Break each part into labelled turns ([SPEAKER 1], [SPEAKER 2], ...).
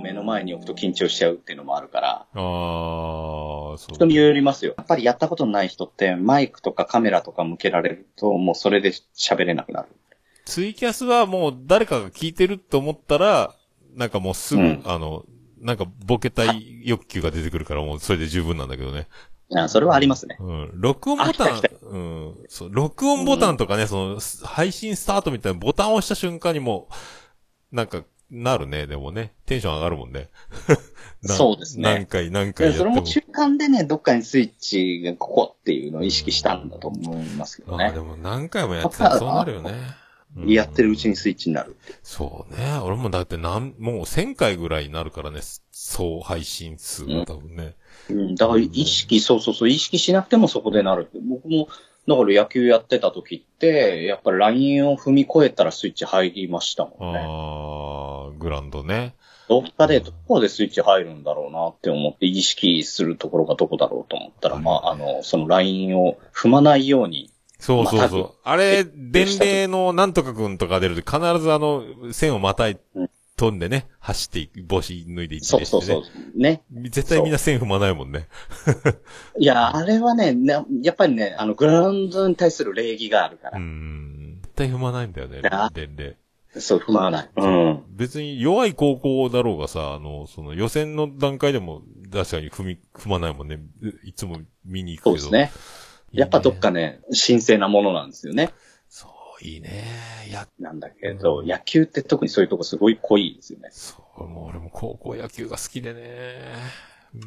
[SPEAKER 1] 目の前に置くと緊張しちゃうっていうのもあるから、
[SPEAKER 2] ああ、そう。
[SPEAKER 1] 人によりますよ。やっぱりやったことない人って、マイクとかカメラとか向けられると、もうそれで喋れなくなる。
[SPEAKER 2] ツイキャスはもう誰かが聞いてると思ったら、なんかもうすぐ、
[SPEAKER 1] うん
[SPEAKER 2] あの、なんかボケたい欲求が出てくるからもうそれで十分なんだけどね。
[SPEAKER 1] あそれはありますね。
[SPEAKER 2] うん。録音ボタ
[SPEAKER 1] あ来
[SPEAKER 2] ン
[SPEAKER 1] た、
[SPEAKER 2] うん。そう、録音ボタンとかね、その、す配信スタートみたいなボタンを押した瞬間にもう、なんか、なるね、でもね。テンション上がるもんね。 な
[SPEAKER 1] そうですね
[SPEAKER 2] 何回、何
[SPEAKER 1] で
[SPEAKER 2] 回やっ
[SPEAKER 1] そ
[SPEAKER 2] て
[SPEAKER 1] れも
[SPEAKER 2] も。
[SPEAKER 1] 中間でね、どっかにスイッチがここっていうのを意識したんだと思いますけど
[SPEAKER 2] ああ、
[SPEAKER 1] ね
[SPEAKER 2] で。も何回もやってたらそうなる よね。うん
[SPEAKER 1] やってるうちにスイッチになる。
[SPEAKER 2] そうね。俺もだってなん、もう1000回ぐらいになるからね、総配信数が多分ね。
[SPEAKER 1] うん、だから意識、そうそうそう、意識しなくてもそこでなる。僕も、だから野球やってた時って、やっぱりラインを踏み越えたらスイッチ入りましたもんね。
[SPEAKER 2] ああ、グランドね。
[SPEAKER 1] どっかで、どこでスイッチ入るんだろうなって思って、意識するところがどこだろうと思ったら、
[SPEAKER 2] はい
[SPEAKER 1] まあ、あの、そのラインを踏まないように、
[SPEAKER 2] そうそうそう。
[SPEAKER 1] ま
[SPEAKER 2] あれ、伝令のなんとかくんとか出ると必ずあの、線をまたい、
[SPEAKER 1] うん
[SPEAKER 2] 飛んでね、走っていく、帽子脱いでいって
[SPEAKER 1] そ
[SPEAKER 2] ね
[SPEAKER 1] う
[SPEAKER 2] して
[SPEAKER 1] そ
[SPEAKER 2] ね。
[SPEAKER 1] うそう、ね。
[SPEAKER 2] 絶対みんな線踏まないもんね。
[SPEAKER 1] いや、あれはね、なやっぱりね、あの、グラウンドに対する礼儀があるか
[SPEAKER 2] う
[SPEAKER 1] ら、
[SPEAKER 2] ん。絶対踏まないんだよね
[SPEAKER 1] あ、
[SPEAKER 2] 伝令。
[SPEAKER 1] そう、踏まない。うん。
[SPEAKER 2] 別に弱い高校だろうがさ、あの、その予選の段階でも確かに踏み、踏まないもんね。いつも見に行くけ
[SPEAKER 1] そう
[SPEAKER 2] ど。
[SPEAKER 1] ですね。やっぱどっ
[SPEAKER 2] いいね。
[SPEAKER 1] かね、神聖なものなんですよね。
[SPEAKER 2] そう、いいね。いや、
[SPEAKER 1] なんだけど、野球って特にそういうとこすごい濃いですよね。
[SPEAKER 2] そう、もう俺も高校野球が好きでね。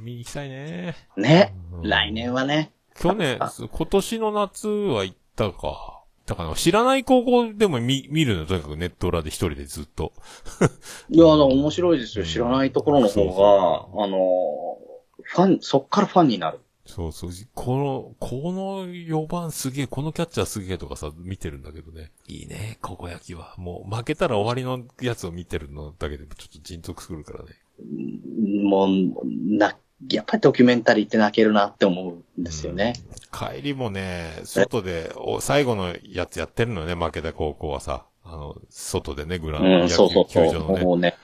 [SPEAKER 2] 見に行きたいね。
[SPEAKER 1] ね。
[SPEAKER 2] うん
[SPEAKER 1] 来年はね。
[SPEAKER 2] 去年、そう今年の夏は行ったか。だから知らない高校でも見、見るのよとにかくネット裏で一人でずっと。
[SPEAKER 1] いや、あの、面白いですよ。知らないところの
[SPEAKER 2] そうそ
[SPEAKER 1] 方が、あの、ファン、そっからファンになる。
[SPEAKER 2] そうそう。この、この4番すげえ、このキャッチャーすげえとかさ、見てるんだけどね。いいね、高校野球は。もう負けたら終わりのやつを見てるのだけで、ちょっと人徳するからね。
[SPEAKER 1] うんもう、な、やっぱりドキュメンタリーって泣けるなって思うんですよね。
[SPEAKER 2] 帰りもね、外で、お最後のやつやってるのよね、負けた高校はさ。あの、外でね、グラウンド、
[SPEAKER 1] うん、
[SPEAKER 2] 野
[SPEAKER 1] そうそう
[SPEAKER 2] 球
[SPEAKER 1] そ
[SPEAKER 2] 球場の
[SPEAKER 1] う。
[SPEAKER 2] ね。
[SPEAKER 1] もうね、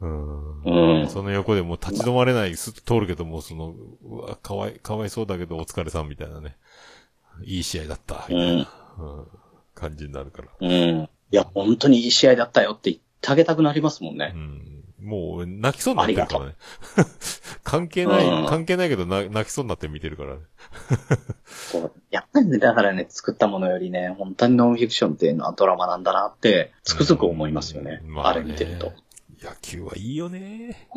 [SPEAKER 2] うん
[SPEAKER 1] うん
[SPEAKER 2] その横でもう立ち止まれない、すっと通るけど、もうその、うわ、かわい、かわいそうだけど、お疲れさんみたいなね。いい試合だった、みたいな、うん感じになるから。
[SPEAKER 1] うん。いや、本当にいい試合だったよって言ってあげたくなりますもんね
[SPEAKER 2] う。ん。もう俺、泣きそうになってるからね。関係
[SPEAKER 1] う
[SPEAKER 2] ない、
[SPEAKER 1] ん
[SPEAKER 2] 関係ないけどな、泣きそうになって見てるからね。
[SPEAKER 1] そうやっぱりね、だからね、作ったものよりね、本当にノンフィクションっていうのはドラマなんだなって、つくづく思いますよね。
[SPEAKER 2] うん
[SPEAKER 1] あれ見てると。。
[SPEAKER 2] 野球はいいよね。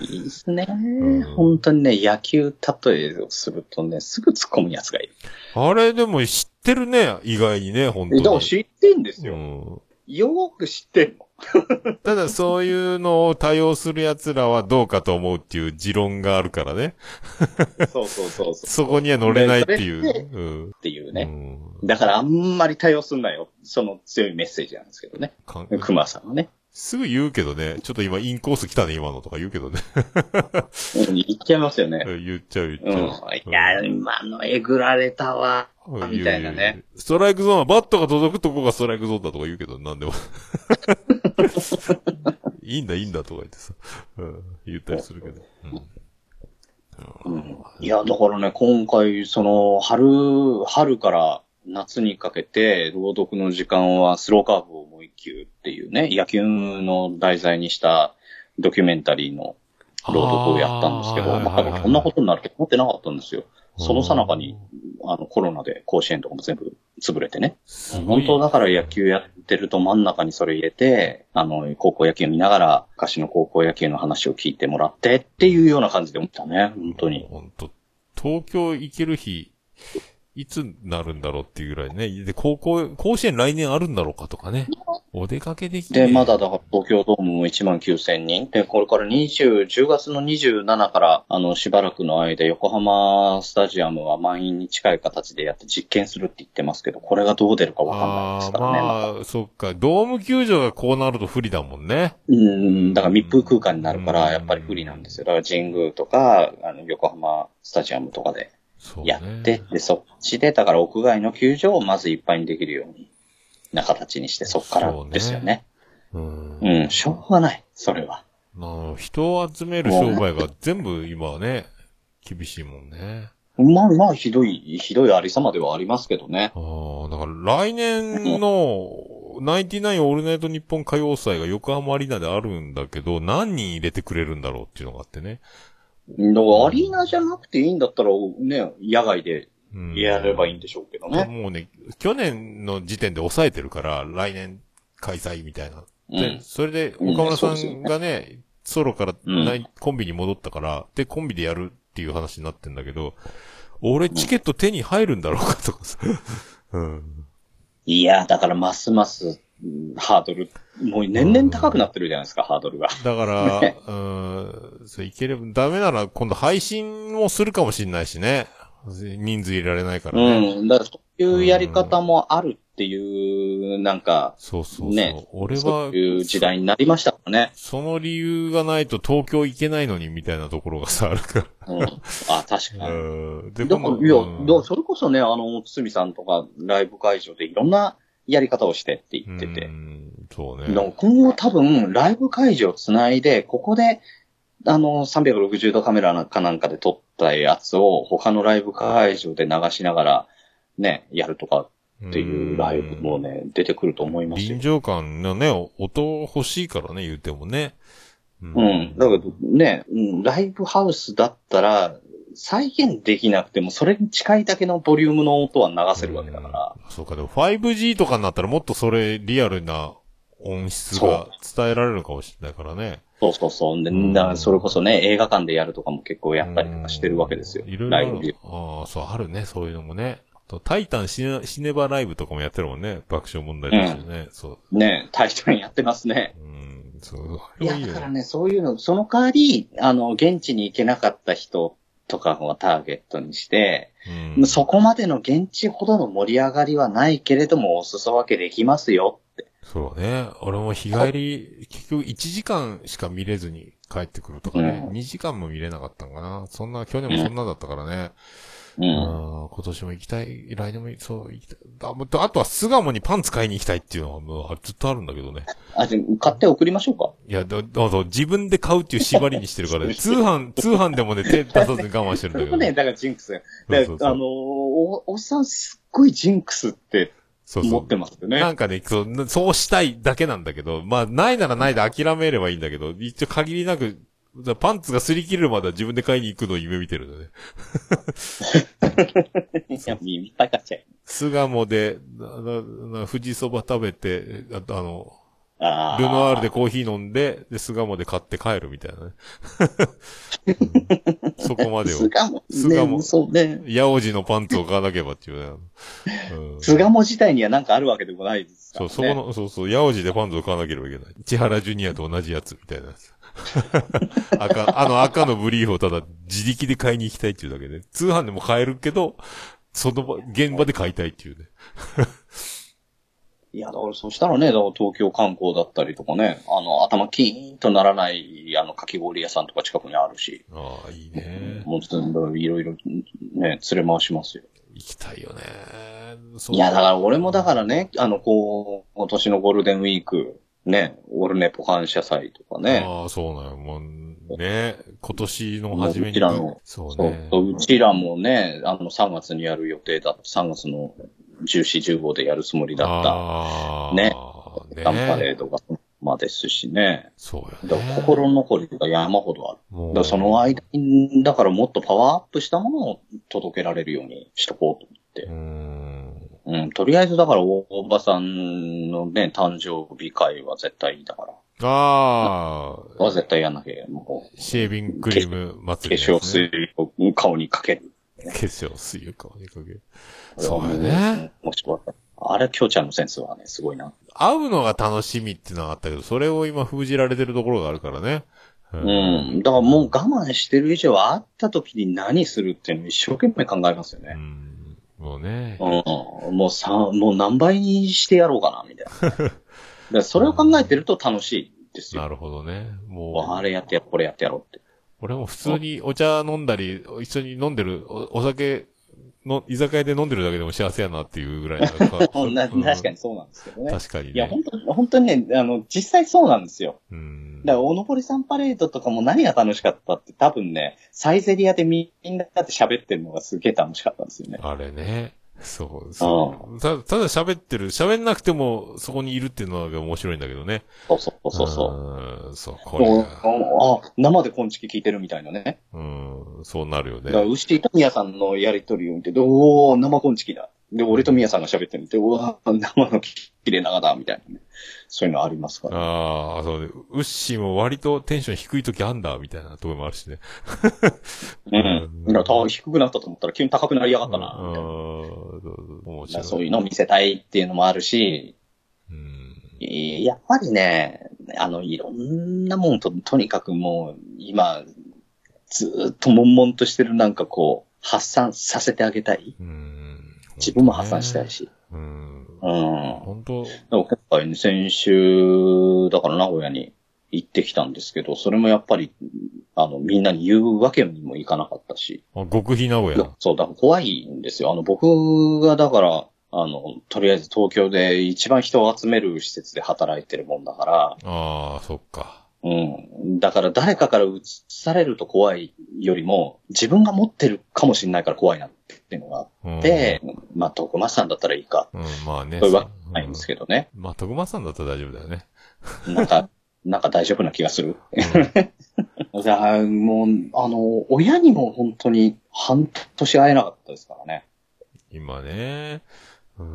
[SPEAKER 1] いいですね
[SPEAKER 2] ん。
[SPEAKER 1] 本当にね、野球例えをするとね、すぐ突っ込むやつがいる。
[SPEAKER 2] あれでも知ってるね、意外にね、本当に。
[SPEAKER 1] だから知ってんです
[SPEAKER 2] う
[SPEAKER 1] よ。
[SPEAKER 2] ん
[SPEAKER 1] よーく知ってんの。
[SPEAKER 2] ただそういうのを多用する奴らはどうかと思うっていう持論があるからね。
[SPEAKER 1] そうそうそうそう。
[SPEAKER 2] そこには乗れないってい
[SPEAKER 1] ねそれって
[SPEAKER 2] う。
[SPEAKER 1] っていう
[SPEAKER 2] うん。
[SPEAKER 1] ね。だからあんまり対応すんなよ。その強いメッセージなんですけどね。
[SPEAKER 2] かん
[SPEAKER 1] 熊さんのね。
[SPEAKER 2] すぐ言うけどね。ちょっと今インコース来たね、今のとか言うけどね。
[SPEAKER 1] うん言っちゃいますよね。
[SPEAKER 2] 言っちゃう
[SPEAKER 1] うん。
[SPEAKER 2] 言っちゃ
[SPEAKER 1] いや、
[SPEAKER 2] う。
[SPEAKER 1] 今のえぐられたわ。
[SPEAKER 2] うん
[SPEAKER 1] みたいなね。
[SPEAKER 2] ストライクゾーンはバットが届くとこがストライクゾーンだとか言うけど、 なんでも。いいんだ、いいんだとか言ってさ。うん、言ったりするけど。う
[SPEAKER 1] うんん。いや、だからね、今回、その、春、春から夏にかけて、朗読の時間はスローカーブをもう一球っていうね、野球の題材にしたドキュメンタリーの朗読をやったんですけど、
[SPEAKER 2] あー
[SPEAKER 1] まさかこんなことになると思ってなかったんですよ。その最中に
[SPEAKER 2] うん、
[SPEAKER 1] あの、コロナで甲子園とかも全部潰れてね。
[SPEAKER 2] すごい
[SPEAKER 1] 本当だから野球やってると真ん中にそれ入れて、あの、高校野球見ながら、昔の高校野球の話を聞いてもらってっていうような感じで思ったね、本当に。
[SPEAKER 2] 本当東京行ける日、いつなるんだろうっていうぐらいね。で、高校、甲子園来年あるんだろうかとかね。お出かけできて。
[SPEAKER 1] で、まだだから東京ドームも1万9000人。で、これから20、10月の27から、あの、しばらくの間、横浜スタジアムは満員に近い形でやって実験するって言ってますけど、これがどう出るかわかんないです
[SPEAKER 2] ああ、
[SPEAKER 1] からね。また
[SPEAKER 2] まあ、そっか。ドーム球場がこうなると不利だもんね。
[SPEAKER 1] うん、だから密封空間になるか
[SPEAKER 2] うん
[SPEAKER 1] ら、やっぱり不利なんですよ。だから神宮とか、あの、横浜スタジアムとかで
[SPEAKER 2] そう、ね。
[SPEAKER 1] やって、で、そっちで、だから屋外の球場をまずいっぱいにできるように、な形にして、そっからですよね。
[SPEAKER 2] うん。
[SPEAKER 1] うん、しょうがない、それは。
[SPEAKER 2] うなあ人を集める商売が全部今はね、厳しいもんね。
[SPEAKER 1] まあまあ、ひどい、ひどいありさまではありますけどね。
[SPEAKER 2] ああ、だから来年の、ナインティナインオールナイト日本歌謡祭が横浜アリーナであるんだけど、何人入れてくれるんだろうっていうのがあってね。
[SPEAKER 1] だからアリーナじゃなくていいんだったら、ね、野外で
[SPEAKER 2] うん
[SPEAKER 1] やればいいんでしょうけどね。
[SPEAKER 2] もうね、去年の時点で抑えてるから、来年開催みたいな。
[SPEAKER 1] う
[SPEAKER 2] で、
[SPEAKER 1] ん。
[SPEAKER 2] それで、
[SPEAKER 1] うん
[SPEAKER 2] 岡村
[SPEAKER 1] そう
[SPEAKER 2] さ
[SPEAKER 1] ですよ
[SPEAKER 2] ん
[SPEAKER 1] ね
[SPEAKER 2] がね、ソロから
[SPEAKER 1] うん
[SPEAKER 2] ない、コンビに戻ったから、で、コンビでやるっていう話になってんだけど、俺チケット手に入るんだろうかとかさ。 うん。
[SPEAKER 1] いや、だからますます、うんハードル、もう年々高くなってるじゃないですか、ハードルが。
[SPEAKER 2] だから、 うん、そういければ、ダメなら今度配信もするかもしんないしね。人数入れられないからね。
[SPEAKER 1] うん。だからそういうやり方もあるっていう、なんか、
[SPEAKER 2] そうそうそう。
[SPEAKER 1] ね
[SPEAKER 2] 俺
[SPEAKER 1] そ
[SPEAKER 2] は
[SPEAKER 1] う、いう時代になりましたからね。
[SPEAKER 2] その理由がないと東京行けないのにみたいなところがさ、あるから。
[SPEAKER 1] うん。あ、確かに。
[SPEAKER 2] うんで
[SPEAKER 1] だから、いや、
[SPEAKER 2] うん
[SPEAKER 1] だからそれこそね、あの、堤さんとかライブ会場でいろんなやり方をしてって言ってて。
[SPEAKER 2] うんそう
[SPEAKER 1] で
[SPEAKER 2] ね
[SPEAKER 1] も。今後多分、ライブ会場をつないで、ここで、あの、360度カメラかなんかで撮ったやつを、他のライブ会場で流しながら、ね、やるとかっていうライブもね、出てくると思いますよ
[SPEAKER 2] 臨。場感のね、お音欲しいからね、言うてもね。う
[SPEAKER 1] うん。だけどね、うんライブハウスだったら、再現できなくても、それに近いだけのボリュームの音は流せるわけだから。
[SPEAKER 2] うんそうか、でも 5G とかになったらもっとそれ、リアルな音質が伝えられるかもしれないからね。
[SPEAKER 1] そうそうそう。で、
[SPEAKER 2] うん
[SPEAKER 1] だからそれこそね、映画館でやるとかも結構やったりとかしてるわけですよ。
[SPEAKER 2] うんいろいろあ
[SPEAKER 1] ラ
[SPEAKER 2] る
[SPEAKER 1] イブで。
[SPEAKER 2] ああ、そう、あるね、そういうのもね。あとタイタンシネシネバライブとかもやってるもんね。爆笑問題ですよね。そ
[SPEAKER 1] ね、大したにやってますね。
[SPEAKER 2] う。うん、そう。
[SPEAKER 1] いや、だ
[SPEAKER 2] ね
[SPEAKER 1] からね、そういうの、その代わり、あの、現地に行けなかった人とかをターゲットにして、
[SPEAKER 2] うん、
[SPEAKER 1] そこまでの現地ほどの盛り上がりはないけれども、お裾分けできますよ。
[SPEAKER 2] そうだね。俺も日帰り、結局1時間しか見れずに帰ってくるとかね。
[SPEAKER 1] うん
[SPEAKER 2] 2時間も見れなかったのかな。そんな、去年もそんなだったからね。
[SPEAKER 1] う。
[SPEAKER 2] うんん、今年も行きたい。来年も行きそう、行きたい。あもっとあとは巣鴨にパンツ買いに行きたいっていうのはもうずっとあるんだけどね。
[SPEAKER 1] あ、じゃあ買って送りましょうか。
[SPEAKER 2] いや、どどうぞ自分で買うっていう縛りにして るからね。通販、通販でもね、手出さずに我慢してるん
[SPEAKER 1] そ
[SPEAKER 2] だ
[SPEAKER 1] れ
[SPEAKER 2] けど
[SPEAKER 1] も ね、
[SPEAKER 2] ね。
[SPEAKER 1] だからジンクス。だから
[SPEAKER 2] そうそうそう
[SPEAKER 1] あのーお、おっさんすっごいジンクスって
[SPEAKER 2] そうそ
[SPEAKER 1] 持
[SPEAKER 2] う
[SPEAKER 1] って。ますよね。
[SPEAKER 2] なんかね、そう、そうしたいだけなんだけど、まあ、ないならないで諦めればいいんだけど、一応限りなく、だパンツが擦り切れるまでは自分で買いに行くのを夢見てるのね。
[SPEAKER 1] いや、いっぱい買っちゃえ。
[SPEAKER 2] 巣鴨で、な、な、な富士そば食べて、ああの、
[SPEAKER 1] あ
[SPEAKER 2] ルノワール
[SPEAKER 1] で。
[SPEAKER 2] でコーヒー飲んで、で、巣鴨で買って帰るみたいな ね。うんそこまでを
[SPEAKER 1] 巣。鴨。
[SPEAKER 2] 巣鴨
[SPEAKER 1] ね、そうね。
[SPEAKER 2] 八王子のパンツを買わなければっていうね。うん
[SPEAKER 1] 巣鴨自体にはなんかあるわけでもないですから
[SPEAKER 2] そう、
[SPEAKER 1] ね。
[SPEAKER 2] そこの、そうそう、八王子でパンツを買わなければいけない。千原ジュニアと同じやつみたいなや つ。赤、あの赤のブリーフをただ自力で買いに行きたいっていうだけで、通販でも買えるけど、その場、現場で買いたいっていうね。
[SPEAKER 1] いや、だからそしたらね、だから東京観光だったりとかね、あの、頭キーンとならない、あの、かき氷屋さんとか近くにあるし、
[SPEAKER 2] ああ、いいね。
[SPEAKER 1] もう全部いろいろね、連れ回しますよ。
[SPEAKER 2] 行きたいよね。そう
[SPEAKER 1] いや、だから俺もだからね、あの、こう、今年のゴールデンウィーク、ね、オルネポ感謝祭とかね、
[SPEAKER 2] ああ、そうなの。もう、ね、今年の初
[SPEAKER 1] う
[SPEAKER 2] めに
[SPEAKER 1] ちらの。
[SPEAKER 2] そう
[SPEAKER 1] そう
[SPEAKER 2] ね。
[SPEAKER 1] そううちらもね、あの、3月にやる予定だった、3月の14、15でやるつもりだった、
[SPEAKER 2] ああ、
[SPEAKER 1] ね。ガンパレ
[SPEAKER 2] ね
[SPEAKER 1] ー。ドが、まあですしね、
[SPEAKER 2] そう
[SPEAKER 1] だ
[SPEAKER 2] よ
[SPEAKER 1] から
[SPEAKER 2] ね。
[SPEAKER 1] 心残りが山ほどある。
[SPEAKER 2] も
[SPEAKER 1] だ
[SPEAKER 2] う
[SPEAKER 1] からその間に、だからもっとパワーアップしたものを届けられるようにしとこうと。
[SPEAKER 2] うーん。
[SPEAKER 1] うん、とりあえずだから大場さんのね、誕生日会は絶対だから。
[SPEAKER 2] ああ、
[SPEAKER 1] は絶対やんなきゃいけない。も
[SPEAKER 2] シェービングクリーム
[SPEAKER 1] う
[SPEAKER 2] 祭
[SPEAKER 1] 化
[SPEAKER 2] り、ね。
[SPEAKER 1] 粧。水を顔にかける。
[SPEAKER 2] 化粧水を顔にかける。そうよね。
[SPEAKER 1] もしくは、あれ、きょうちゃんのセンスはね、すごいな。
[SPEAKER 2] 会うのが楽しみっていうのはあったけど、それを今封じられてるところがあるからね。う
[SPEAKER 1] うん。だからもう我慢してる以上、会った時に何するっていうのを一生懸命考えますよ
[SPEAKER 2] う
[SPEAKER 1] ね。
[SPEAKER 2] ん。もうね。
[SPEAKER 1] うん。もうさ、もう何倍にしてやろうかな、みたい な。だからそれを考えてると楽しいですよ
[SPEAKER 2] な。るほどね。もう。
[SPEAKER 1] あれやってや、これやってやろうって。
[SPEAKER 2] 俺も普通にお茶飲んだり、一緒に飲んでるおお酒の、居酒屋で飲んでるだけでも幸せやなっていうぐらいなんか
[SPEAKER 1] ほんな確かに そうなんですけどね。
[SPEAKER 2] 確かにね。
[SPEAKER 1] いや、本当本当にね、あの、実際そうなんですよ。
[SPEAKER 2] うん。
[SPEAKER 1] だから、おのぼりさんパレードとかも何が楽しかったって多分ね、サイゼリアでみんなで喋ってるのがすげえ楽しかったんですよね。
[SPEAKER 2] あれね。そう、そう。たただ喋ってる、喋んなくてもそこにいるっていうのが面白いんだけどね。
[SPEAKER 1] そうそうそうそう。
[SPEAKER 2] うん。そう、これ
[SPEAKER 1] もう
[SPEAKER 2] が。
[SPEAKER 1] あ、生で昆虫聞いてるみたいなね。
[SPEAKER 2] うん、そうなるよ
[SPEAKER 1] だから、
[SPEAKER 2] ね。
[SPEAKER 1] 牛と宮さんのやりとりを見て、おー、生コンチキだ。で、俺と宮さんが喋ってるって、うわー、生のきれいながだ、みたいなね。そういうのありますから。
[SPEAKER 2] ああ、そうね。ウッシーも割とテンション低い時あんだ、みたいなところもあるしね。
[SPEAKER 1] うん。だからた低くなったと思ったら急に高くなりやがったな、
[SPEAKER 2] うん
[SPEAKER 1] みたいな。
[SPEAKER 2] そうそう
[SPEAKER 1] だか
[SPEAKER 2] 面白
[SPEAKER 1] ら
[SPEAKER 2] い。
[SPEAKER 1] そういうのを見せたいっていうのもあるし、
[SPEAKER 2] うん。
[SPEAKER 1] いややっぱりね、あの、いろんなもんと、とにかくもう、今、ずーっと悶々としてるなんかこう、発散させてあげたい。
[SPEAKER 2] うん。
[SPEAKER 1] 自分も発散したいし。
[SPEAKER 2] う
[SPEAKER 1] う
[SPEAKER 2] ん。
[SPEAKER 1] ん。
[SPEAKER 2] 本当、
[SPEAKER 1] でも今回ね、先週、だから名古屋に行ってきたんですけど、それもやっぱり、あの、みんなに言うわけにもいかなかったし、
[SPEAKER 2] あ極秘名古屋。
[SPEAKER 1] そう、だから怖いんですよ。あの、僕がだから、あの、とりあえず東京で一番人を集める施設で働いてるもんだから、
[SPEAKER 2] ああ、そっか。
[SPEAKER 1] うん。だから誰かから移されると怖いよりも、自分が持ってるかもしれないから怖いなっていうのがあ
[SPEAKER 2] うん
[SPEAKER 1] って、まあ、徳松さんだったらいいか、
[SPEAKER 2] うん、まあね。
[SPEAKER 1] そういうわけじゃないんです
[SPEAKER 2] け
[SPEAKER 1] けどね。
[SPEAKER 2] ど。まあ、徳間さんだったら大丈夫だ よね。
[SPEAKER 1] なんか、なんか大丈夫な気がする。
[SPEAKER 2] うん
[SPEAKER 1] じゃあ、もう、あの、親にも本当に半年会えなかったですからね。
[SPEAKER 2] 今ね。うん
[SPEAKER 1] う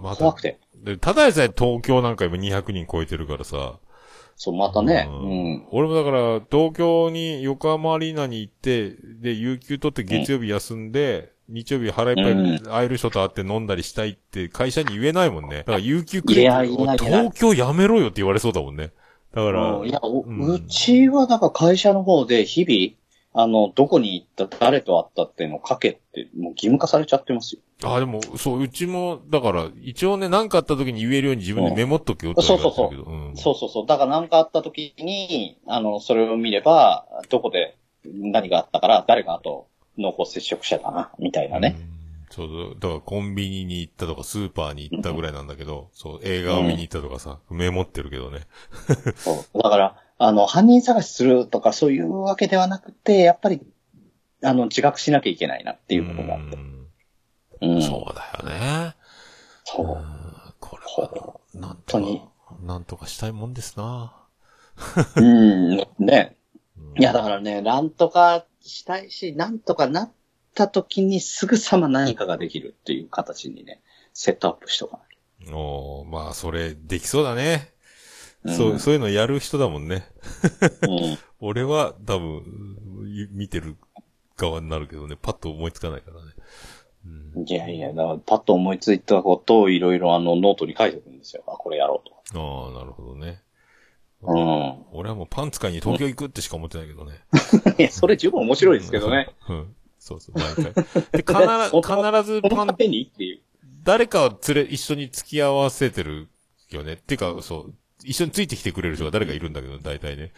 [SPEAKER 1] ん。
[SPEAKER 2] ま
[SPEAKER 1] 怖くて。
[SPEAKER 2] でただでさえ東京なんか今200人超えてるからさ。
[SPEAKER 1] そう、またね。
[SPEAKER 2] う
[SPEAKER 1] うんん。
[SPEAKER 2] 俺もだから、東京に横浜アリーナに行って、で、有給取って月曜日休んで、日曜日腹いっぱ
[SPEAKER 1] う
[SPEAKER 2] い
[SPEAKER 1] ん
[SPEAKER 2] 会える人と会って飲んだりしたいって会社に言えないもんね。だから有給くれ
[SPEAKER 1] い
[SPEAKER 2] て
[SPEAKER 1] や言えない言えない
[SPEAKER 2] 東京やめろよって言われそうだもんね。だから、
[SPEAKER 1] うんいや、お
[SPEAKER 2] うん
[SPEAKER 1] うちは、だから会社の方で日々、あの、どこに行った、誰と会ったっていうのを書けって、もう義務化されちゃってますよ。
[SPEAKER 2] あ、でも、そう、うちも、だから、一応ね、何かあった時に言えるように自分でメモっとけよって言われてるけど。うん。
[SPEAKER 1] そうそうそう。だから何かあった時に、あの、それを見れば、どこで何があったから、誰があと濃厚接触者だな、みたいなね。
[SPEAKER 2] うん。そうだ、だからコンビニに行ったとか、スーパーに行ったぐらいなんだけど、そう、映画を見に行ったとかさ、メモってるけどね。
[SPEAKER 1] そう。だから、あの、犯人探しするとかそういうわけではなくて、やっぱり、あの、自覚しなきゃいけないなっていうことがあって。う。
[SPEAKER 2] うんんそうだよね。
[SPEAKER 1] そうう。
[SPEAKER 2] んこれは、なんとか
[SPEAKER 1] 本当に、
[SPEAKER 2] なんとかしたいもんですな。
[SPEAKER 1] うん。ね。
[SPEAKER 2] うん
[SPEAKER 1] いや、だからね、なんとかしたいし、なんとかなった時にすぐさま何かができるっていう形にね、セットアップしとかない。
[SPEAKER 2] おーまあ、それ、できそうだね。
[SPEAKER 1] うん
[SPEAKER 2] そう、そういうのやる人だもんね。
[SPEAKER 1] うん。
[SPEAKER 2] 俺は、多分、い見てる側になるけどね、パッと思いつかないからね。うん
[SPEAKER 1] いやいや、だからパッと思いついたことをいろいろあのノートに書いておくんですよ。あ、これやろうとか。
[SPEAKER 2] ああ、なるほどね。
[SPEAKER 1] うん。
[SPEAKER 2] 俺はもうパンツ買いに東京行くってしか思ってないけどね。
[SPEAKER 1] いや、それ十分面白いですけどね。
[SPEAKER 2] うん。うん。そうそう、毎回。 で、必ず、必ず
[SPEAKER 1] そ
[SPEAKER 2] パ
[SPEAKER 1] のた
[SPEAKER 2] ン、
[SPEAKER 1] めにっていう。
[SPEAKER 2] 誰かを連れ、一緒に付き合わせてるよね。っていうか、そう、一緒についてきてくれる人が誰かいるんだけど、大体ね。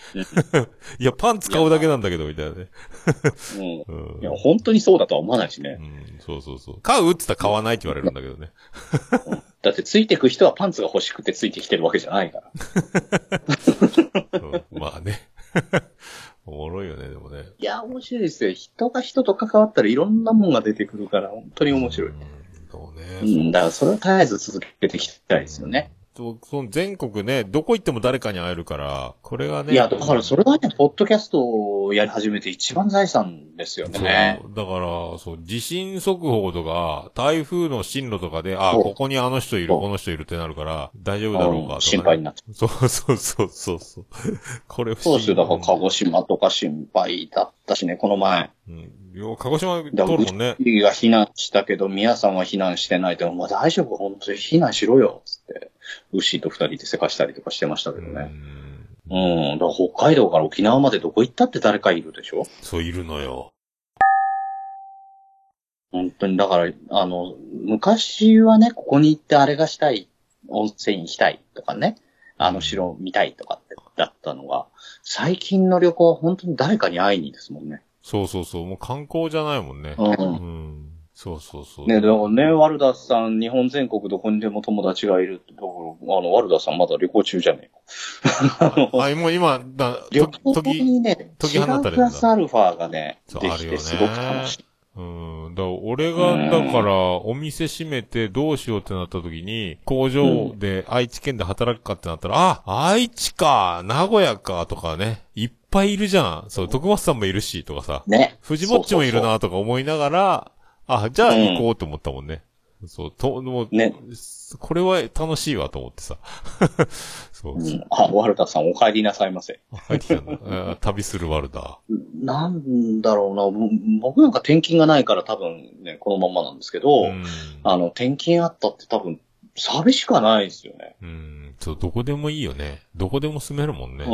[SPEAKER 2] いや、パンツ買うだけなんだけど、みたいなね。
[SPEAKER 1] うん。い
[SPEAKER 2] うん。
[SPEAKER 1] や、本当にそうだとは思わないしね。
[SPEAKER 2] うん、そうそうそう。買うって言ったら買わないって言われるんだけどね。
[SPEAKER 1] だってついてく人はパンツが欲しくてついてきてるわけじゃないから。
[SPEAKER 2] うんまあね。 おもろいよね、でもね。
[SPEAKER 1] いや、面白いですよ。人が人と関わったらいろんなもんが出てくるから、本当に面白い。
[SPEAKER 2] うん。そうね。
[SPEAKER 1] うん、だからそれを絶えず続けていきたいですよね。
[SPEAKER 2] とその全国ね、どこ行っても誰かに会えるから、これがね。
[SPEAKER 1] いや、だからそれがね、ポッドキャストをやり始めて一番財産ですよ
[SPEAKER 2] そう
[SPEAKER 1] ね。
[SPEAKER 2] だから、そう、地震速報とか、台風の進路とかで、あ、
[SPEAKER 1] そう
[SPEAKER 2] ここにあの人いる、
[SPEAKER 1] そう
[SPEAKER 2] この人いるってなるから、大丈夫だろうか
[SPEAKER 1] う
[SPEAKER 2] とかね、
[SPEAKER 1] ん心配になっちゃう
[SPEAKER 2] そうそうそうそうそう。これ不
[SPEAKER 1] そう
[SPEAKER 2] 思議
[SPEAKER 1] ですよ。だから、鹿児島とか心配だったしね、この前。
[SPEAKER 2] うん。よ鹿児島通
[SPEAKER 1] だから、
[SPEAKER 2] るもんね。
[SPEAKER 1] が避難したけど、宮さんは避難してないで、お前大丈夫本当に避難しろよ、つって。ウッシーと二人でせかしたりとかしてましたけどね。
[SPEAKER 2] うん
[SPEAKER 1] うん。だから、北海道から沖縄までどこ行ったって誰かいるでしょ
[SPEAKER 2] そう、いるのよ。
[SPEAKER 1] 本当に、だから、あの、昔はね、ここに行ってあれがしたい、温泉行きたいとかね、あの城見たいとかって、だったのが、最近の旅行は本当に誰かに会いにですもんね。
[SPEAKER 2] そうそうそう。もう観光じゃないもんね。
[SPEAKER 1] う。
[SPEAKER 2] うんん。そうそうそう。
[SPEAKER 1] ね、だからね、ワルダスさん、日本全国どこにでも友達がいるって、だから、あの、ワルダスさんまだ旅行中じゃねえか。あの
[SPEAKER 2] あ、もう今、だ、
[SPEAKER 1] 旅
[SPEAKER 2] と
[SPEAKER 1] 行
[SPEAKER 2] 時、
[SPEAKER 1] にね、
[SPEAKER 2] 時
[SPEAKER 1] 違
[SPEAKER 2] 離
[SPEAKER 1] う
[SPEAKER 2] れ
[SPEAKER 1] ク
[SPEAKER 2] てんだ
[SPEAKER 1] ラスアルファがね、
[SPEAKER 2] そ
[SPEAKER 1] で
[SPEAKER 2] うある
[SPEAKER 1] き
[SPEAKER 2] よね
[SPEAKER 1] てすごく楽しい。
[SPEAKER 2] うん。だから俺が、だから、お店閉めてどうしようってなった時に、工場で愛知県で働くかってなったら、あ、愛知か、名古屋か、とかね、いっぱいいるじゃん。そう、徳松さんもいるし、とかさ、
[SPEAKER 1] ね。
[SPEAKER 2] 藤もっちもいる
[SPEAKER 1] そう
[SPEAKER 2] な、とか思いながら、あ、じゃあ
[SPEAKER 1] うん
[SPEAKER 2] 行こうと思ったもんね。そう、と、もう、
[SPEAKER 1] ね
[SPEAKER 2] これは楽しいわと思ってさ。 そ
[SPEAKER 1] そ
[SPEAKER 2] う、
[SPEAKER 1] うそう。うんあ、ワルダスさんお帰りなさいませ。
[SPEAKER 2] 入ってきたんだあ旅するワルダ
[SPEAKER 1] なんだろうな、ぼ僕なんか転勤がないから多分ね、このままなんですけど、
[SPEAKER 2] ー。うん。
[SPEAKER 1] あの、転勤あったって多分、寂しかないですよね。
[SPEAKER 2] うん。そう、どこでもいいよね。どこでも住めるもんね。
[SPEAKER 1] う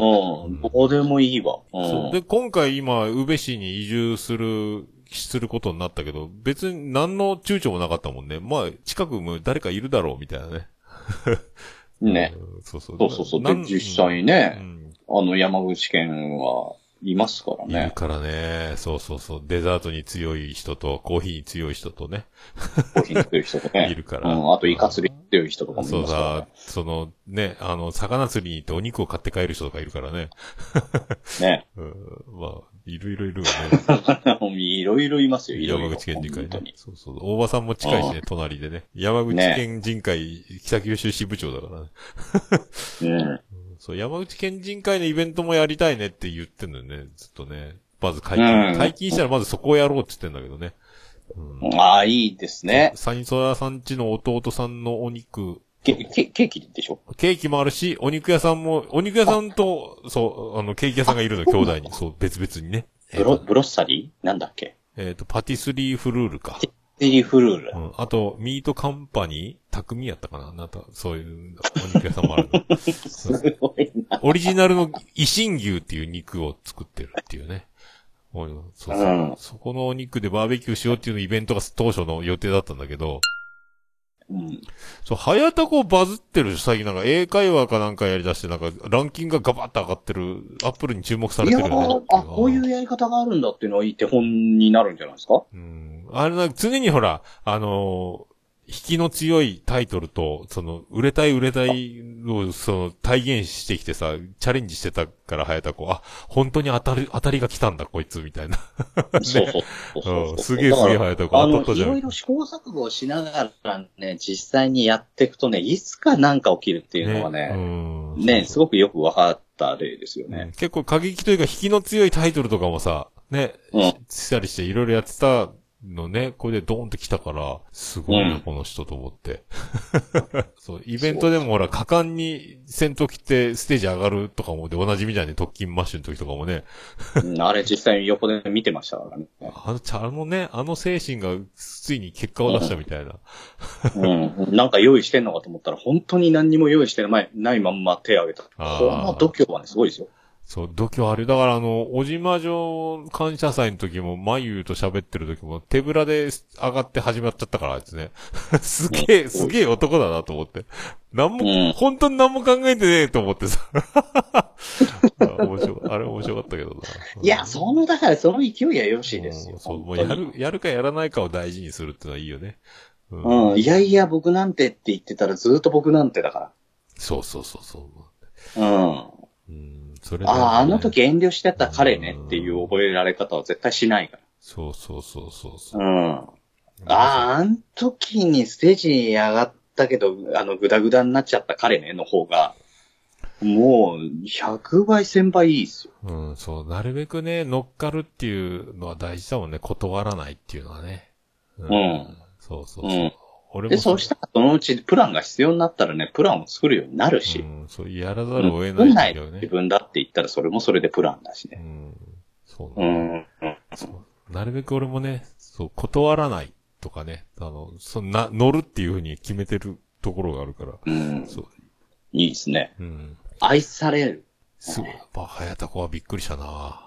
[SPEAKER 2] うん
[SPEAKER 1] ん。どこでもいいわ。うん。
[SPEAKER 2] そう。で、今回今、宇部市に移住する、することになったけど、別に何の躊躇もなかったもんね。まあ、近くも誰かいるだろう、みたいなね。
[SPEAKER 1] ね。
[SPEAKER 2] うん。そうそう。
[SPEAKER 1] そうそうそう。
[SPEAKER 2] な
[SPEAKER 1] で、
[SPEAKER 2] ん
[SPEAKER 1] 実際
[SPEAKER 2] う
[SPEAKER 1] ね、
[SPEAKER 2] ん
[SPEAKER 1] あの、山口県はいますから
[SPEAKER 2] いる
[SPEAKER 1] ね。
[SPEAKER 2] からね。そうそうそう。デザートに強い人と、コーヒーに強い人とね。
[SPEAKER 1] コーヒーにってる人とかね。
[SPEAKER 2] いるから
[SPEAKER 1] うん。あと、イカ釣りっていう人とかもい
[SPEAKER 2] そう
[SPEAKER 1] ますか
[SPEAKER 2] さ、その、ね、あの、魚釣りに行ってお肉を買って帰る人とかいるからね。
[SPEAKER 1] らね。
[SPEAKER 2] うん。まあ、いろいろいるよね。
[SPEAKER 1] ねいろいろいますよ、いろいろ。
[SPEAKER 2] 山口県人会
[SPEAKER 1] 本当
[SPEAKER 2] ね
[SPEAKER 1] に。。
[SPEAKER 2] そうそう。大場さんも近いしね、隣でね。山口県人会、北九州支部長だからね。
[SPEAKER 1] うん。
[SPEAKER 2] そう、山口県人会のイベントもやりたいねって言ってんのよね、ずっとね。まず解
[SPEAKER 1] う
[SPEAKER 2] 禁。
[SPEAKER 1] ん
[SPEAKER 2] 解禁したらまずそこをやろうって言ってんだけどね。うん。
[SPEAKER 1] ああ、いいですね。
[SPEAKER 2] サニソラさんちの弟さんのお肉、
[SPEAKER 1] ケケケーキでしょ
[SPEAKER 2] ケーキもあるし、お肉屋さんも、お肉屋さんと、そう、あの、ケーキ屋さんがいるの、兄弟に。そう、別々にね。えっ、
[SPEAKER 1] ブロ、
[SPEAKER 2] と、
[SPEAKER 1] ブロッサリーなんだっけ
[SPEAKER 2] えーとパティスリーフルールか。
[SPEAKER 1] ジリフルール
[SPEAKER 2] う。ん。あと、ミートカンパニー匠やったかななんか、そういう、お肉屋さんもある の。
[SPEAKER 1] すごいな。
[SPEAKER 2] オリジナルの維新牛っていう肉を作ってるっていうね。おいそうそう
[SPEAKER 1] うん
[SPEAKER 2] そこのお肉でバーベキューしようっていうイベントが当初の予定だったんだけど、
[SPEAKER 1] うん。
[SPEAKER 2] そう、早田子バズってる最近なんか英会話かなんかやりだして、なんかランキングがガバッと上がってる、アップルに注目され
[SPEAKER 1] い
[SPEAKER 2] て
[SPEAKER 1] や
[SPEAKER 2] るよね
[SPEAKER 1] ー。あ、こういうやり方があるんだっていうのはいい手本になるんじゃないです か
[SPEAKER 2] うんあれな、常にほら、あのー引きの強いタイトルと、その、売れたい売れたいを、その、体現してきてさ、チャレンジしてたから、早田子、あ、本当に当たる、当たりが来たんだ、こいつ、みたいな。
[SPEAKER 1] そうそうそうそう
[SPEAKER 2] う
[SPEAKER 1] そ
[SPEAKER 2] ん
[SPEAKER 1] う。
[SPEAKER 2] すげえすげえ早いとこ
[SPEAKER 1] だからあ
[SPEAKER 2] 当たった
[SPEAKER 1] の、
[SPEAKER 2] じ
[SPEAKER 1] い
[SPEAKER 2] ゃん
[SPEAKER 1] ろいろ試行錯誤をしながらね、実際にやっていくとね、いつかなんか起きるっていうのはね、
[SPEAKER 2] うん
[SPEAKER 1] ね、す
[SPEAKER 2] ご
[SPEAKER 1] ごくよく分かった例ですよね。
[SPEAKER 2] 結構過激というか、引きの強いタイトルとかもさ、ね、
[SPEAKER 1] うん
[SPEAKER 2] ししたりして、いろいろやってたのね、これでドーンって来たから、すごいな、
[SPEAKER 1] うん
[SPEAKER 2] この人と思って。 そう、イベントでもほら、果敢に戦闘機ってステージ上がるとかも、で、同じみたいに特勤マッシュの時とかもね、
[SPEAKER 1] うんあれ実際に横で見てましたからね。
[SPEAKER 2] あの、ちゃあのね、あの精神がついに結果を出したみたいな。
[SPEAKER 1] うん。なんか用意してんのかと思ったら、本当に何にも用意してないないまんま手を挙げた。こ
[SPEAKER 2] あー
[SPEAKER 1] の度胸はね、すごいですよ。
[SPEAKER 2] そう、度胸ある。だからあの、小島城感謝祭の時も、まゆと喋ってる時も、手ぶらで上がって始まっちゃったから、あいつね。 すげえ、すげえ男だなと思って。なん
[SPEAKER 1] う
[SPEAKER 2] も、
[SPEAKER 1] ん
[SPEAKER 2] 本当に何も考えてねえと思ってさ。 あ面白いあれ面白かったけどな。
[SPEAKER 1] いや、その、だからその勢いはよしです
[SPEAKER 2] う
[SPEAKER 1] よ
[SPEAKER 2] ん。そう、
[SPEAKER 1] 本
[SPEAKER 2] もう
[SPEAKER 1] 当
[SPEAKER 2] や
[SPEAKER 1] に
[SPEAKER 2] る、やるかやらないかを大事にするってのはいいよね。うん
[SPEAKER 1] うん。いやいや、僕なんてって言ってたらずっと僕なんてだか
[SPEAKER 2] そうそうそうそう
[SPEAKER 1] ら。うん。。
[SPEAKER 2] うん、それだよね
[SPEAKER 1] ああ、あの時遠慮してた彼ねっていう覚えられ方は絶対しないか
[SPEAKER 2] そうそうそうそうそう
[SPEAKER 1] ら。。うん。ああ、あの時にステージに上がったけど、あの、グダグダになっちゃった彼ねの方が、もう、100倍、1000倍いいっすよ。
[SPEAKER 2] うん、そう、なるべくね、乗っかるっていうのは大事だもんね。断らないっていうのはね。う
[SPEAKER 1] うん
[SPEAKER 2] そうそうそう。
[SPEAKER 1] うん
[SPEAKER 2] 俺も
[SPEAKER 1] で、そうしたらそのうちプランが必要になったらね、プランを作るようになる
[SPEAKER 2] う
[SPEAKER 1] し、
[SPEAKER 2] ん、そう、やらざ
[SPEAKER 1] う
[SPEAKER 2] る
[SPEAKER 1] ん
[SPEAKER 2] を得
[SPEAKER 1] 本
[SPEAKER 2] ない
[SPEAKER 1] 来
[SPEAKER 2] んだ
[SPEAKER 1] の
[SPEAKER 2] よ
[SPEAKER 1] 自
[SPEAKER 2] ね。
[SPEAKER 1] 分だって言ったらそれもそれでプランだし
[SPEAKER 2] う
[SPEAKER 1] ね。
[SPEAKER 2] ん。そう
[SPEAKER 1] う
[SPEAKER 2] ね、
[SPEAKER 1] ん。
[SPEAKER 2] そうなるべく俺もね、そう、断らないとかね。あの、そんな、乗るっていうふうに決めてるところがあるから。
[SPEAKER 1] うん。
[SPEAKER 2] そう。
[SPEAKER 1] いいですね。
[SPEAKER 2] うん。
[SPEAKER 1] 愛される。
[SPEAKER 2] すごい。やっぱ、早田子はびっくりしたな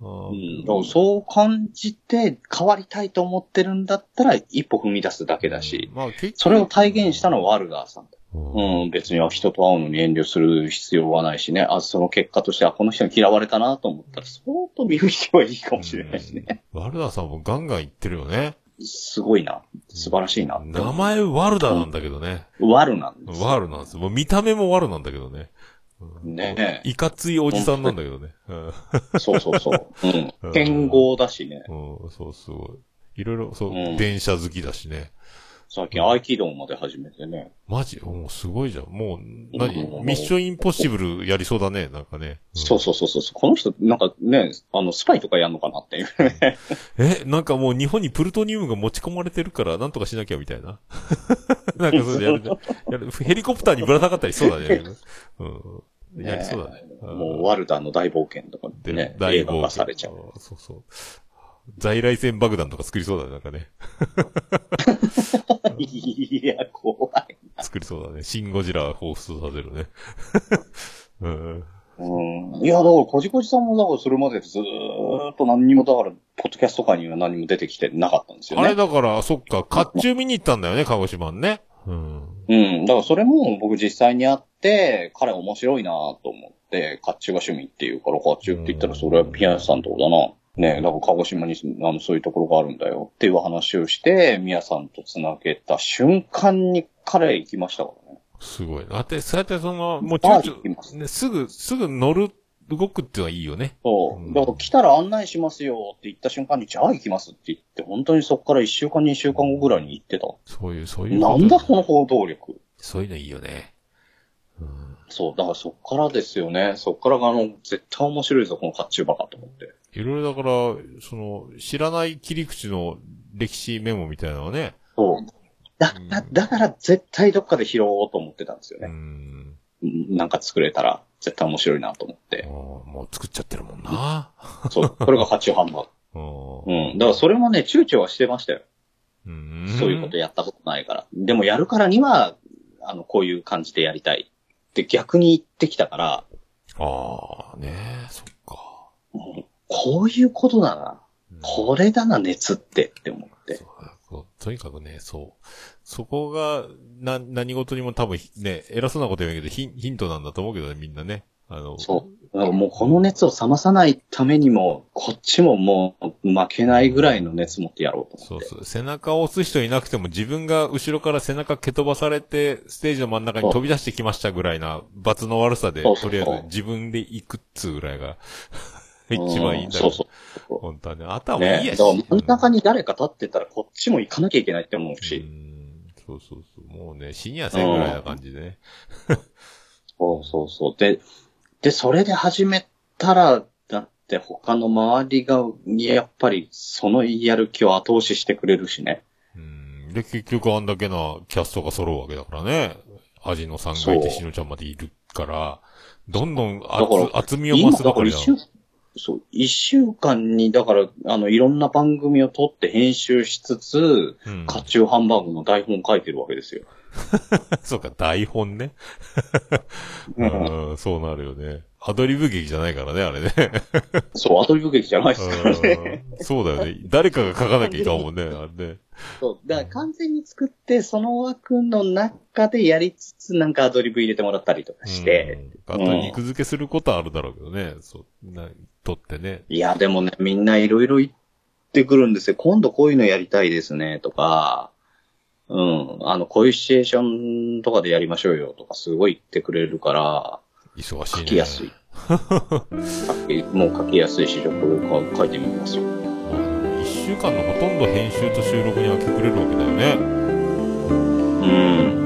[SPEAKER 2] う
[SPEAKER 1] うん、だからそう感じて変わりたいと思ってるんだったら一歩踏み出すだけだし、
[SPEAKER 2] まあ、結局
[SPEAKER 1] それを体現したのはワルダーさん。
[SPEAKER 2] うん
[SPEAKER 1] うん、別に人と会うのに遠慮する必要はないしね。あ、その結果としてはこの人に嫌われたなと思ったら、相当見る人はいいかもしれないしね。
[SPEAKER 2] うん。ワルダーさんもガンガン行ってるよね。
[SPEAKER 1] すごいな。素晴らしいな。
[SPEAKER 2] 名前ワルダなんだけどね。
[SPEAKER 1] ワルなんです。
[SPEAKER 2] ワルなんです。もう見た目もワルなんだけどね。うん
[SPEAKER 1] ねえ
[SPEAKER 2] いかついおじさんなんだけどね。うん
[SPEAKER 1] そうそうそう。
[SPEAKER 2] う
[SPEAKER 1] うんん。剣豪だしね。
[SPEAKER 2] うん、そう、すごい。いろいろ、そ
[SPEAKER 1] う
[SPEAKER 2] う、
[SPEAKER 1] ん
[SPEAKER 2] 電車好きだしね。
[SPEAKER 1] 最近合気道まで始めてね。
[SPEAKER 2] マジもうすごいじゃん。もう、
[SPEAKER 1] う
[SPEAKER 2] 何
[SPEAKER 1] ん
[SPEAKER 2] ミッションインポッシブルやりそうだね、なんかね。ん
[SPEAKER 1] そうそうそうそう。この人、なんかね、あの、スパイとかやんのかなっていう。
[SPEAKER 2] え、なんかもう日本にプルトニウムが持ち込まれてるから、なんとかしなきゃみたいな。 なんかそうやる、やる、ヘリコプターにぶら下がったりそうだ ね。うん。やりそうだね。ん
[SPEAKER 1] もう、ワルダーの大冒険とか
[SPEAKER 2] で
[SPEAKER 1] ね、
[SPEAKER 2] 大
[SPEAKER 1] 映画化されちゃう。
[SPEAKER 2] う。そうそう。在来線爆弾とか作りそうだね、なん かね。
[SPEAKER 1] いや、怖い。
[SPEAKER 2] 作りそうだね。シン・ゴジラを彷彿させるね。 うん。
[SPEAKER 1] うん。いや、だから、こじこじさんも、だから、それまでずーっと何にも、だから、ポッドキャスト界には何も出てきてなかったんですよ
[SPEAKER 2] あれ
[SPEAKER 1] ね。
[SPEAKER 2] だから、そっか、甲冑見に行ったんだよね、鹿児島にね。うん。
[SPEAKER 1] うん。だから、それも僕実際に会って、彼面白いなと思って、甲冑が趣味っていうから、甲冑って言ったら、それは宮さんとこだな。ねえ、だから鹿児島にあのそういうところがあるんだよっていう話をして、宮さんと繋げた瞬間に彼行きましたからね。
[SPEAKER 2] すごいな。だって、そうやってその、もう
[SPEAKER 1] バー
[SPEAKER 2] 躊
[SPEAKER 1] 行きます
[SPEAKER 2] 躇、ね、すぐ、すぐ乗る、動くっていうのはいいよね。
[SPEAKER 1] そうう。
[SPEAKER 2] ん
[SPEAKER 1] だから来たら案内しますよって言った瞬間に、じゃあ行きますって言って、本当にそこから1週間、2週間後ぐらいに行ってた。
[SPEAKER 2] そういう、そういうこ
[SPEAKER 1] な
[SPEAKER 2] と。
[SPEAKER 1] んだこの行動力。
[SPEAKER 2] そういうのいいよね。うん。
[SPEAKER 1] そう、だからそこからですよね。そこからがあの、絶対面白いぞ、この甲冑バカと思って。
[SPEAKER 2] いろいろだから、その、知らない切り口の歴史メモみたいなのはね。
[SPEAKER 1] そう。だ
[SPEAKER 2] うん、
[SPEAKER 1] だ、だから絶対どっかで拾おうと思ってたんですよ
[SPEAKER 2] う
[SPEAKER 1] ね。
[SPEAKER 2] ん。
[SPEAKER 1] うんなんか作れたら絶対面白いなと思っ
[SPEAKER 2] あー
[SPEAKER 1] て。
[SPEAKER 2] もう作っちゃってるもんな。
[SPEAKER 1] そう。これが甲冑ハンバー
[SPEAKER 2] うん
[SPEAKER 1] グ。うん。だからそれもね、躊躇はしてましたよ。
[SPEAKER 2] うん
[SPEAKER 1] そういうことやったことないから。でもやるからには、あの、こういう感じでやりたい。で、逆に言ってきたから、
[SPEAKER 2] ああ、ねそっか。
[SPEAKER 1] もうこういうことだな。これだな、熱ってって思って。
[SPEAKER 2] そうとにかくね、そう。そこが、な、何事にも多分ひ、ね、偉そうなこと言うけど、ヒンヒントなんだと思うけどね、みんなね。あの、
[SPEAKER 1] そう。だからもうこの熱を冷まさないためにも、こっちももう負けないぐらいの熱持ってやろうと
[SPEAKER 2] そ
[SPEAKER 1] 思っ
[SPEAKER 2] う
[SPEAKER 1] て。
[SPEAKER 2] そう。背中を押す人いなくても自分が後ろから背中蹴飛ばされて、ステージの真ん中に飛び出してきましたぐらいな、罰の悪さで、
[SPEAKER 1] そうそ
[SPEAKER 2] と
[SPEAKER 1] う
[SPEAKER 2] りあえず自分で行くっつうぐらいが、 一番いい
[SPEAKER 1] う
[SPEAKER 2] んだ。
[SPEAKER 1] んそうそう
[SPEAKER 2] 本当はね。あとはもういい
[SPEAKER 1] ね
[SPEAKER 2] や
[SPEAKER 1] だ
[SPEAKER 2] し。
[SPEAKER 1] から真ん中に誰か立ってたら、こっちも行かなきゃいけないって思う
[SPEAKER 2] う
[SPEAKER 1] し。
[SPEAKER 2] んそうそうそう。もうね、シニア戦ぐらいな感じでね。
[SPEAKER 1] そうそうそう。で、で、それで始めたら、だって他の周りが、やっぱりそのやる気を後押ししてくれるしね。
[SPEAKER 2] うん。で、結局あんだけなキャストが揃うわけだからね。味の3階でしのちゃんまでいるから、どんどん
[SPEAKER 1] だから
[SPEAKER 2] 厚厚みを増すばかりだ。
[SPEAKER 1] 今だから一週そう、一週間に、だから、あの、いろんな番組を撮って編集しつつ、
[SPEAKER 2] うん
[SPEAKER 1] カチューハンバーグの台本書いてるわけですよ。
[SPEAKER 2] そうか、台本ね。うん、そうなるよね。アドリブ劇じゃないからね、あれね。
[SPEAKER 1] そう、アドリブ劇じゃないですからね。
[SPEAKER 2] うんそうだよね。誰かが書かなきゃいかんもんね、あれね。
[SPEAKER 1] そう、だから完全に作って、その枠の中でやりつつ、なんかアドリブ入れてもらったりとかして、
[SPEAKER 2] うん。あと肉付けすることはあるだろうけどね。そう、な、とってね。
[SPEAKER 1] いや、でもね、みんないろいろ言ってくるんですよ。今度こういうのやりたいですね、とか、うん、あの、こういうシチュエーションとかでやりましょうよ、とか、すごい言ってくれるから、
[SPEAKER 2] 忙しい
[SPEAKER 1] 書
[SPEAKER 2] ね。
[SPEAKER 1] きやすい。も う書きやすいし、ちょっと書いてみますよ。
[SPEAKER 2] もう一週間のほとんど編集と収録に明け暮れるわけだよね。
[SPEAKER 1] うん。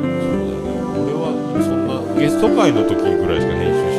[SPEAKER 2] そうだよね。俺は、そんな、ゲスト会の時ぐらいしか編集し